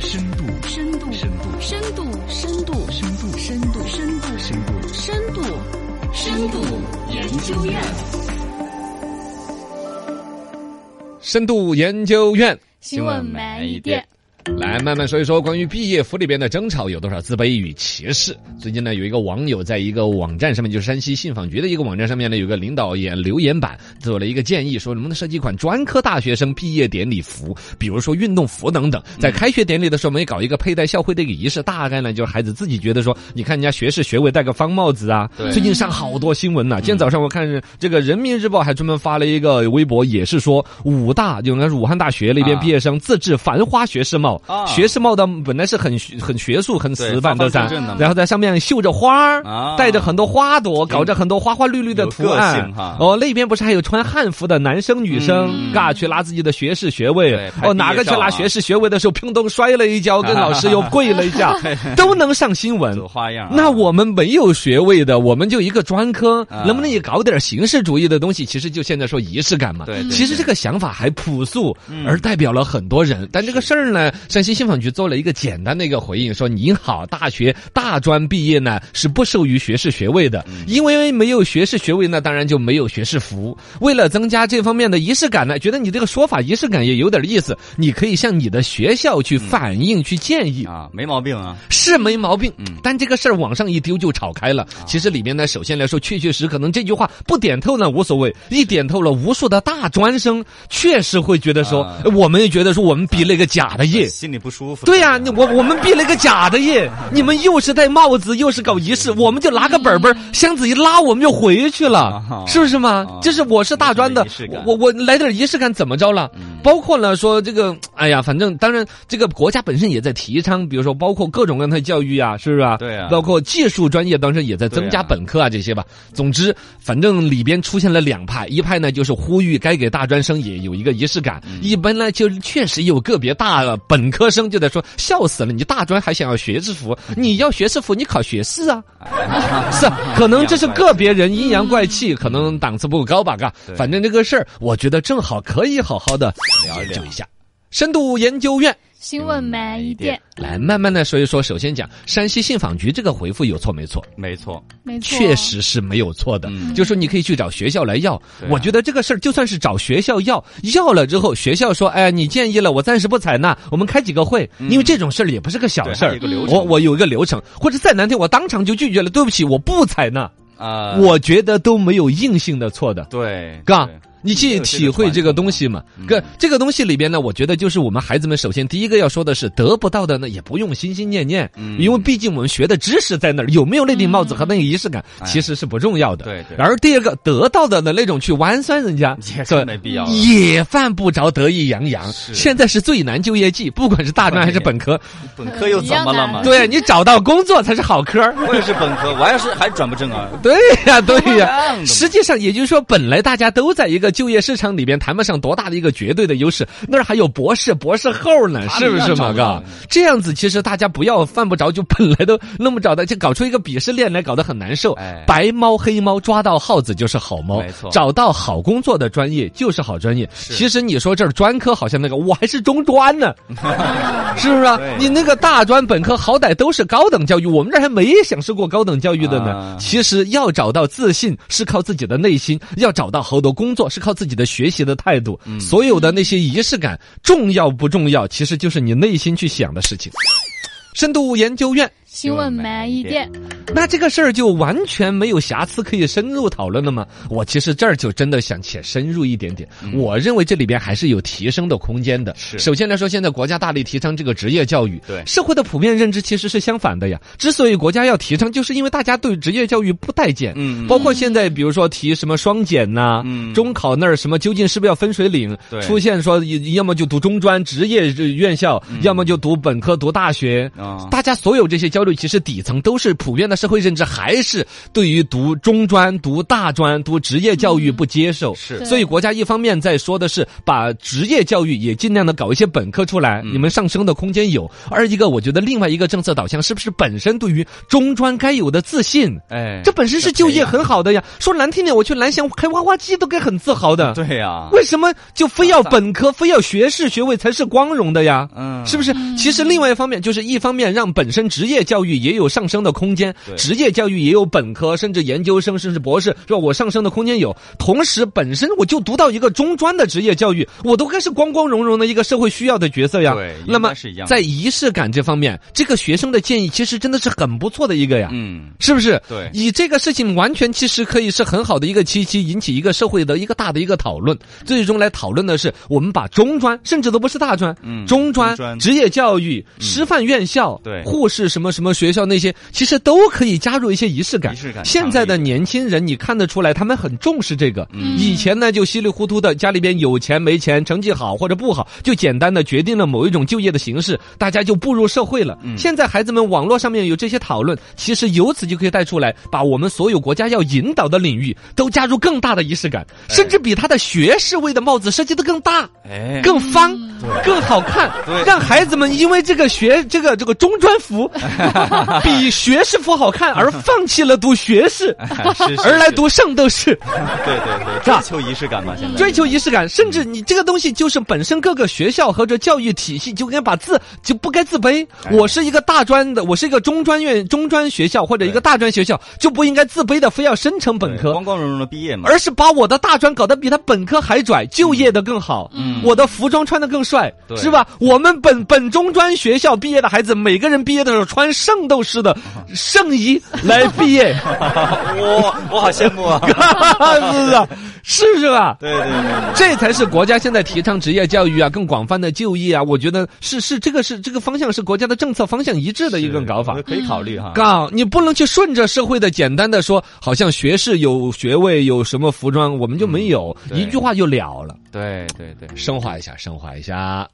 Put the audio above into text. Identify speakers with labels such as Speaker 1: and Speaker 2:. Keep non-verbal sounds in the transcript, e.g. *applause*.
Speaker 1: 深度，
Speaker 2: 深度，
Speaker 1: 深度，
Speaker 2: 深度，深度，
Speaker 1: 深度，
Speaker 2: 深度，深度，
Speaker 1: 深度，
Speaker 2: 深度，深度研究院，
Speaker 3: 深度研究院
Speaker 2: 新闻慢一点。
Speaker 3: 来慢慢说一说关于毕业服里边的争吵有多少自卑与歧视。最近呢，有一个网友在一个网站上面，就是山西信访局的一个网站上面呢，有个领导也留言板做了一个建议，说能不能设计一款专科大学生毕业典礼服，比如说运动服等等。在开学典礼的时候，我们也搞一个佩戴校徽的一个仪式，大概呢就是孩子自己觉得说，你看人家学士学位戴个方帽子啊。
Speaker 1: 对
Speaker 3: 最近上好多新
Speaker 1: 嗯
Speaker 3: 闻呐、今天早上我看这个人民日报还专门发了一个微博，也是说武大就应该是武汉大学那边
Speaker 1: 啊
Speaker 3: 毕业生自制繁花学士帽。
Speaker 1: 啊
Speaker 3: 学士帽的本来是很学很学术、很死板的
Speaker 1: 对方
Speaker 3: 噻
Speaker 1: 方正正的，
Speaker 3: 然后在上面绣着花儿
Speaker 1: 啊，
Speaker 3: 带着很多花朵，搞着很多花花绿绿的图
Speaker 1: 有个
Speaker 3: 案
Speaker 1: 性哈。
Speaker 3: 哦，那边不是还有穿汉服的男生女生
Speaker 1: 嗯，
Speaker 3: 嘎去拿自己的学士学位
Speaker 1: 对拍。毕业
Speaker 3: 哦，哪个去
Speaker 1: 照啊
Speaker 3: 拿学士学位的时候，砰咚摔了一跤，跟老师又跪了一
Speaker 1: *laughs*
Speaker 3: 下，都能上新闻
Speaker 1: 走。花样啊。
Speaker 3: 嗯那我们没有学位的，我们就一个专科，
Speaker 1: 啊
Speaker 3: 能不能也搞点形式主义的东西？其实就现在说仪式感嘛。
Speaker 1: 对对嗯
Speaker 3: 其实
Speaker 1: 对
Speaker 3: 这个想法还朴素，而代表了很多人。但这个事儿呢，山西信访局做了一个简单的一个回应，说您好，大学大专毕业呢是不授予学士学位的，
Speaker 1: 嗯
Speaker 3: 因为没有学士学位呢，当然就没有学士服。为了增加这方面的仪式感呢，觉得你这个说法仪式感也有点意思，你可以向你的学校去反映、去建议。
Speaker 1: 啊，没毛病啊。
Speaker 3: 是没毛病
Speaker 1: 嗯，啊
Speaker 3: 但这个事儿往上一丢就吵开了。其实里面呢，首先来说，确确实可能这句话不点透呢无所谓，一点透了，无数的大专生确实会觉得说
Speaker 1: 啊，
Speaker 3: 呃我们也觉得说我们毕了一个假的业。
Speaker 1: 心里不舒服。
Speaker 3: 对呀、你我我们毕了一个假的业，你们又是戴帽子，又是搞仪式，我们就拿个本本儿，箱子一拉，我们就回去了
Speaker 1: 啊，
Speaker 3: 是不是嘛
Speaker 1: 啊？
Speaker 3: 就是我是大专的
Speaker 1: 没什么仪式，感嗯
Speaker 3: 我我我来点仪式感怎么着了？包括呢说这个，哎呀，反正当然这个国家本身也在提倡，比如说包括各种各样的教育啊，是不是啊？
Speaker 1: 对啊
Speaker 3: 包括技术专业当时也在增
Speaker 1: 对
Speaker 3: 加
Speaker 1: 啊
Speaker 3: 本科啊这些吧。总之，反正里边出现了两派，一派呢就是呼吁该给大专生也有一个仪式感，
Speaker 1: 嗯
Speaker 3: 一般呢就确实有个别大本科生就在说笑死了，你大专还想要学士服，
Speaker 1: 嗯
Speaker 3: 你要学士服你考学士
Speaker 1: *laughs*
Speaker 3: 啊。是，啊可能这是个别人阴阳怪气，可能档次不够高吧，嘎
Speaker 1: 对。
Speaker 3: 反正这个事儿，我觉得正好可以好好的
Speaker 1: 聊一
Speaker 3: 研
Speaker 1: 聊
Speaker 3: 究一下。深度研究院
Speaker 2: 新闻慢一点，
Speaker 3: 来慢慢的说一说。首先讲山西信访局这个回复有错没错？
Speaker 1: 没错，
Speaker 2: 没错，
Speaker 3: 确实是没有错的，
Speaker 1: 嗯
Speaker 3: 就说你可以去找学校来要。
Speaker 1: 对啊
Speaker 3: 我觉得这个事儿就算是找学校要，要了之后，学校说，哎，你建议了，我暂时不采纳，我们开几个会，因为这种事儿也不是个小
Speaker 1: 嗯对
Speaker 3: 事
Speaker 1: 还有
Speaker 3: 儿
Speaker 1: 一个流。程
Speaker 3: 我我有一个流程，或者再难听，我当场就拒绝了，对不起，我不采纳。
Speaker 1: 啊，
Speaker 3: 我觉得都没有硬性的错的，
Speaker 1: 对，
Speaker 3: 嘎
Speaker 1: 对。
Speaker 3: 你去体会这个东西嘛？
Speaker 1: 这个传统啊嗯
Speaker 3: 个这个东西里边呢，我觉得就是我们孩子们首先第一个要说的是，得不到的呢也不用心心念念，
Speaker 1: 嗯
Speaker 3: 因为毕竟我们学的知识在那儿，有没有那顶帽子和那个仪式感，
Speaker 1: 哎
Speaker 3: 其实是不重要的。
Speaker 1: 对对
Speaker 3: 而第二个得到的呢，那种去玩酸人家，
Speaker 1: 也
Speaker 3: 这
Speaker 1: 是没必要了
Speaker 3: 也犯不着得意洋洋。
Speaker 1: 是
Speaker 3: 现在是最难就业季，不管是大专还是本科，
Speaker 1: 啊本科又怎么了嘛？
Speaker 2: 一样的
Speaker 3: 对你找到工作才是好科儿。
Speaker 1: 我也是本科，我要是还转不正 *laughs* 啊。
Speaker 3: 对呀、对呀、
Speaker 1: 样的嘛
Speaker 3: 实际上，也就是说，本来大家都在一个就业市场里边，谈不上多大的一个绝对的优势，那儿还有博士、博士后呢，
Speaker 1: 他
Speaker 3: 是
Speaker 1: 们
Speaker 3: 不
Speaker 1: 要
Speaker 3: 是
Speaker 1: 找
Speaker 3: 嘛？
Speaker 1: 到
Speaker 3: 哥，这样子其实大家不要犯不着，就本来都弄不着的，就搞出一个鄙视链来，搞得很难受。
Speaker 1: 哎
Speaker 3: 白猫黑猫抓到耗子就是好猫，
Speaker 1: 没错
Speaker 3: 找到好工作的专业就是好专业。其实你说这儿专科好像那个，我还是中专
Speaker 1: *laughs*
Speaker 3: 呢，是不是啊
Speaker 1: 对？
Speaker 3: 你那个大专本科好歹都是高等教育，我们这儿还没享受过高等教育的呢。
Speaker 1: 啊
Speaker 3: 其实要找到自信是靠自己的内心，要找到好的工作是靠自己的学习的态度。
Speaker 1: 嗯
Speaker 3: 所有的那些仪式感重要不重要，其实就是你内心去想的事情。深度研究院，
Speaker 2: 新闻慢一点，
Speaker 3: 那这个事儿就完全没有瑕疵可以深入讨论了吗？我其实这儿就真的想且深入一点点。我认为这里边还是有提升的空间的。
Speaker 1: 嗯是
Speaker 3: 首先来说，现在国家大力提倡这个职业教育，
Speaker 1: 对
Speaker 3: 社会的普遍认知其实是相反的呀。之所以国家要提倡，就是因为大家对职业教育不待见。
Speaker 1: 嗯
Speaker 3: 包括现在，比如说提什么双减呐、
Speaker 1: 嗯
Speaker 3: 中考那儿什么究竟是不是要分水岭
Speaker 1: 对？
Speaker 3: 出现说要么就读中专职业院校，要么就读本科读大学。
Speaker 1: 嗯啊
Speaker 3: 大家所有这些焦焦虑，其实底层都是普遍的社会认知，还是对于读中专、读大专、读职业教育不接受。
Speaker 1: 是
Speaker 2: 对
Speaker 3: 所以国家一方面在说的是把职业教育也尽量的搞一些本科出
Speaker 1: 嗯
Speaker 3: 来，你们上升的空间有。二一个，我觉得另外一个政策导向是不是本身对于中专该有的自信，
Speaker 1: 哎，
Speaker 3: 这本身是就业
Speaker 1: 培养
Speaker 3: 很好的呀。说难听点，我去蓝翔开挖挖机都该很自豪的。
Speaker 1: 对呀，
Speaker 3: 为什么就非要本科、非要学士学位才是光荣的呀？
Speaker 1: 嗯，
Speaker 3: 是不是？其实另外一方面，就是一方面让本身职业教育也有上升的空间，
Speaker 1: 对
Speaker 3: 职业教育也有本科，甚至研究生，甚至博士，是吧？我上升的空间有。同时，本身我就读到一个中专的职业教育，我都该是光光荣荣的一个社会需要的角色呀。
Speaker 1: 对
Speaker 3: 那
Speaker 1: 应
Speaker 3: 么
Speaker 1: 该是一样的
Speaker 3: 在仪式感这方面，这个学生的建议其实真的是很不错的一个呀。
Speaker 1: 嗯，
Speaker 3: 是不是？
Speaker 1: 对
Speaker 3: 以这个事情完全其实可以是很好的一个契机，引起一个社会的一个大的一个讨论。最终来讨论的是，我们把中专，甚至都不是大专，
Speaker 1: 嗯
Speaker 3: 中专、
Speaker 1: 中专嗯
Speaker 3: 职业教育、师范院校、
Speaker 1: 对
Speaker 3: 护士什么什么学校那些，其实都可以加入一些仪式感。
Speaker 1: 仪式感
Speaker 3: 现在的
Speaker 1: 强烈
Speaker 3: 年轻人，你看得出来，他们很重视这个。
Speaker 1: 嗯
Speaker 3: 以前呢，就稀里糊涂的，家里边有钱没钱，成绩好或者不好，就简单的决定了某一种就业的形式，大家就步入社会了。
Speaker 1: 嗯
Speaker 3: 现在孩子们网络上面有这些讨论，其实由此就可以带出来，把我们所有国家要引导的领域都加入更大的仪式感，甚至比他的学士位的帽子设计的更大、
Speaker 1: 哎，
Speaker 3: 更方、更好看，
Speaker 1: 对
Speaker 3: 让孩子们因为这个学这个这个中专
Speaker 1: *laughs*
Speaker 3: 服比学士服好看，而放弃了读学士，
Speaker 1: *laughs* 是是
Speaker 3: 而来
Speaker 1: 是
Speaker 3: 读圣斗士。
Speaker 1: 对对对，
Speaker 3: 是吧
Speaker 1: 追求仪式感嘛，现在
Speaker 3: 追求仪式感，甚至
Speaker 1: 嗯
Speaker 3: 你这个东西就是本身各个学校和这教育体系就应该把自就不该自卑。
Speaker 1: 哎
Speaker 3: 我是一个大专的，我是一个中专院中专学校或者一个大专学校，就不应该自卑的非要申成本
Speaker 1: 对
Speaker 3: 科
Speaker 1: 光。光荣荣的毕业嘛，
Speaker 3: 而是把我的大专搞得比他本科还拽，就业的更好，
Speaker 1: 嗯
Speaker 3: 我的服装穿的更帅，
Speaker 1: 对
Speaker 3: 是吧？我们本本中专学校毕业的孩子，每个人毕业的时候穿圣斗士的
Speaker 1: 嗯
Speaker 3: 圣衣来毕业， *laughs*
Speaker 1: *laughs* 我我好羡慕啊！
Speaker 3: 是不是？是不是吧？
Speaker 1: 对对对，
Speaker 3: 这才是国家现在提倡职业教育啊，更广泛的就业啊，我觉得是是这个是这个方向是国家的政策方向一致的一个搞法。
Speaker 1: 可以考虑哈。
Speaker 3: 告你不能去顺着社会的简单的说，好像学士有学位有什么服装，我们就没有，
Speaker 1: 嗯对
Speaker 3: 一句话就了了。
Speaker 1: 对对对。
Speaker 3: 升华一下，升华一下。